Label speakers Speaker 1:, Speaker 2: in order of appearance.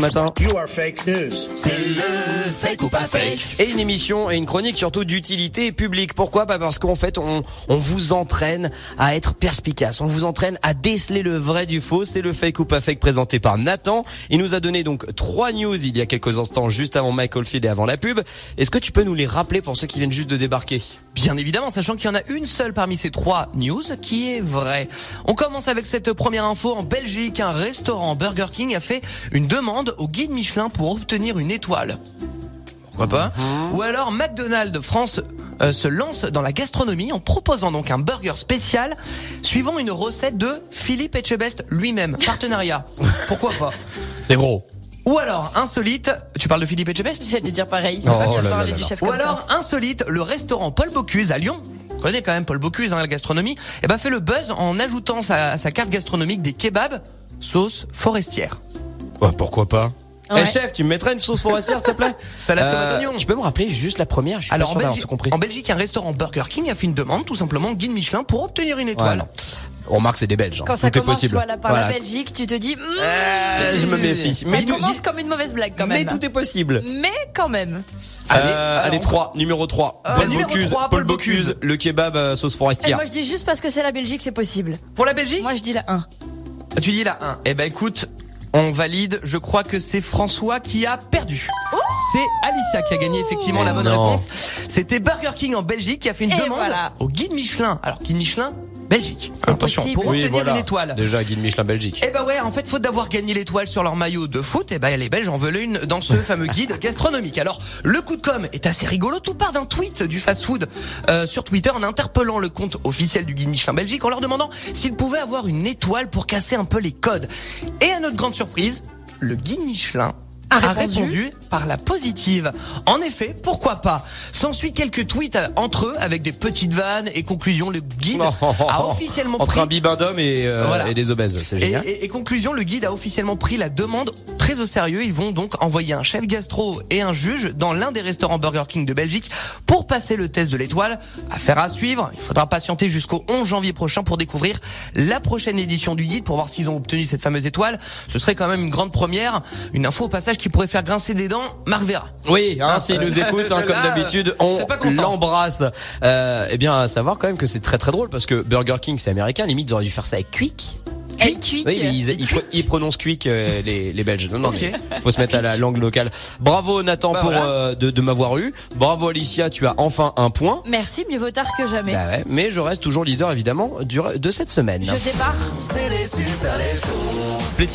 Speaker 1: matin.
Speaker 2: You are fake news.
Speaker 3: C'est le fake ou pas fake
Speaker 1: Et une émission et une chronique surtout d'utilité publique. Pourquoi Bah Parce qu'en fait, on, on vous entraîne à être perspicace. On vous entraîne à déceler le vrai du faux. C'est le fake ou pas fake présenté par Nathan. Il nous a donné donc trois news il y a quelques instants, juste avant Michael Field et avant la pub. Est-ce que tu peux nous les rappeler pour ceux qui viennent juste de débarquer
Speaker 3: Bien évidemment, sachant qu'il y en a une seule parmi ces trois news qui est vraie. On commence avec cette première info. En Belgique, un restaurant Burger King a fait une demande au guide Michelin pour obtenir une étoile. Pourquoi pas Ou alors McDonald's France euh, se lance dans la gastronomie en proposant donc un burger spécial suivant une recette de Philippe Etchebest lui-même. Partenariat. Pourquoi pas
Speaker 1: C'est gros.
Speaker 3: Ou alors insolite, tu parles de Philippe Etchebest
Speaker 4: J'allais dire pareil, c'est pas
Speaker 1: Oh
Speaker 4: bien
Speaker 1: là
Speaker 4: de
Speaker 1: là
Speaker 4: parler du
Speaker 1: là.
Speaker 4: chef
Speaker 3: Ou
Speaker 4: comme ça.
Speaker 3: alors insolite, le restaurant Paul Bocuse à Lyon. On connaît quand même Paul Bocuse hein, la gastronomie. Et ben fait le buzz en ajoutant sa- à sa carte gastronomique des kebabs sauce forestière.
Speaker 1: pourquoi pas Eh
Speaker 4: Ouais.
Speaker 1: chef, tu me mettrais une sauce forestière s'il te plaît Euh,
Speaker 3: Salade tomate oignon.
Speaker 1: Tu peux me rappeler juste la première Je suis
Speaker 3: Alors
Speaker 1: pas
Speaker 3: en
Speaker 1: sûr d'avoir
Speaker 3: Belgique,
Speaker 1: tout compris.
Speaker 3: en Belgique, un restaurant Burger King a fait une demande tout simplement au guide Michelin pour obtenir une
Speaker 1: Ouais,
Speaker 3: étoile.
Speaker 1: non. On remarque c'est des Belges. hein.
Speaker 4: Quand ça
Speaker 1: Tout est
Speaker 4: commence
Speaker 1: possible.
Speaker 4: voilà, par
Speaker 1: Voilà.
Speaker 4: la Belgique, tu te dis, hmm,
Speaker 1: Euh, je me méfie.
Speaker 4: ça
Speaker 1: Mais tout-
Speaker 4: commence comme une mauvaise blague quand
Speaker 1: mais
Speaker 4: même. hein.
Speaker 1: tout est possible.
Speaker 4: Mais quand même.
Speaker 1: Allez,
Speaker 3: alors-
Speaker 1: allez 3, numéro 3.
Speaker 3: Euh,
Speaker 1: Paul
Speaker 3: numéro
Speaker 1: Bocuse,
Speaker 3: trois,
Speaker 1: Paul
Speaker 3: Paul
Speaker 1: Bocuse,
Speaker 3: Bocuse.
Speaker 1: le kebab euh, sauce
Speaker 4: Et
Speaker 1: forestière.
Speaker 4: moi je dis juste parce que c'est la Belgique, c'est possible.
Speaker 3: Pour la Belgique,
Speaker 4: Moi je dis la 1.
Speaker 3: tu dis la 1. Eh ben écoute, on valide, je crois que c'est François qui a perdu.
Speaker 4: Oh
Speaker 3: C'est Alicia qui a gagné effectivement
Speaker 1: Mais
Speaker 3: la bonne
Speaker 1: non.
Speaker 3: réponse. C'était Burger King en Belgique qui a fait une
Speaker 4: Et
Speaker 3: demande
Speaker 4: voilà.
Speaker 3: au guide Michelin. Alors guide Michelin, Belgique.
Speaker 4: C'est
Speaker 3: Attention,
Speaker 4: possible.
Speaker 3: pour
Speaker 1: Oui,
Speaker 3: obtenir
Speaker 1: voilà.
Speaker 3: une étoile.
Speaker 1: Déjà Guide Michelin Belgique.
Speaker 3: Eh ben ouais, en fait, faute d'avoir gagné l'étoile sur leur maillot de foot, eh ben les Belges en veulent une dans ce fameux guide gastronomique. Alors, le coup de com est assez rigolo. Tout part d'un tweet du fast-food euh, sur Twitter en interpellant le compte officiel du guide Michelin Belgique en leur demandant s'ils pouvaient avoir une étoile pour casser un peu les codes. Et à notre grande surprise, le guide Michelin a,
Speaker 4: répondu
Speaker 3: répondu par la positive. En effet, pourquoi pas S'ensuit quelques tweets euh, entre eux avec des petites vannes et conclusion. Le guide a officiellement
Speaker 1: Entre
Speaker 3: pris
Speaker 1: un bibin d'homme et, euh,
Speaker 3: Voilà.
Speaker 1: et des obèses, c'est
Speaker 3: et,
Speaker 1: génial.
Speaker 3: et- et conclusion, le guide a officiellement pris la demande très au sérieux. Ils vont donc envoyer un chef gastro et un juge dans l'un des restaurants Burger King de Belgique pour passer le test de l'étoile. Affaire à suivre. Il faudra patienter jusqu'au 11 janvier prochain pour découvrir la prochaine édition du guide pour voir s'ils ont obtenu cette fameuse étoile. Ce serait quand même une grande première. Une info au passage qui pourrait faire grincer des dents Marc Vera.
Speaker 1: Oui, hein, s'il nous écoute, hein,
Speaker 3: Là,
Speaker 1: comme d'habitude,
Speaker 3: on
Speaker 1: on
Speaker 3: serait Ah. pas content.
Speaker 1: l'embrasse. Euh, eh bien, à savoir quand même que c'est très très drôle parce que Burger King, c'est américain. Limite, ils auraient dû faire ça avec Quick.
Speaker 4: Elle quick.
Speaker 1: Oui, mais ils, ils pro- ils prononcent Quick euh, les, les Belges. Non, non,
Speaker 3: Ok.
Speaker 1: mais faut se mettre à la langue locale. Bravo Nathan
Speaker 3: Bah,
Speaker 1: pour
Speaker 3: voilà.
Speaker 1: euh, de, de m'avoir eu. Bravo Alicia, tu as enfin un point.
Speaker 4: Merci, mieux vaut tard que jamais.
Speaker 1: Bah ouais, mais je reste toujours leader évidemment du, re- de cette semaine.
Speaker 4: je débarque.
Speaker 3: C'est les super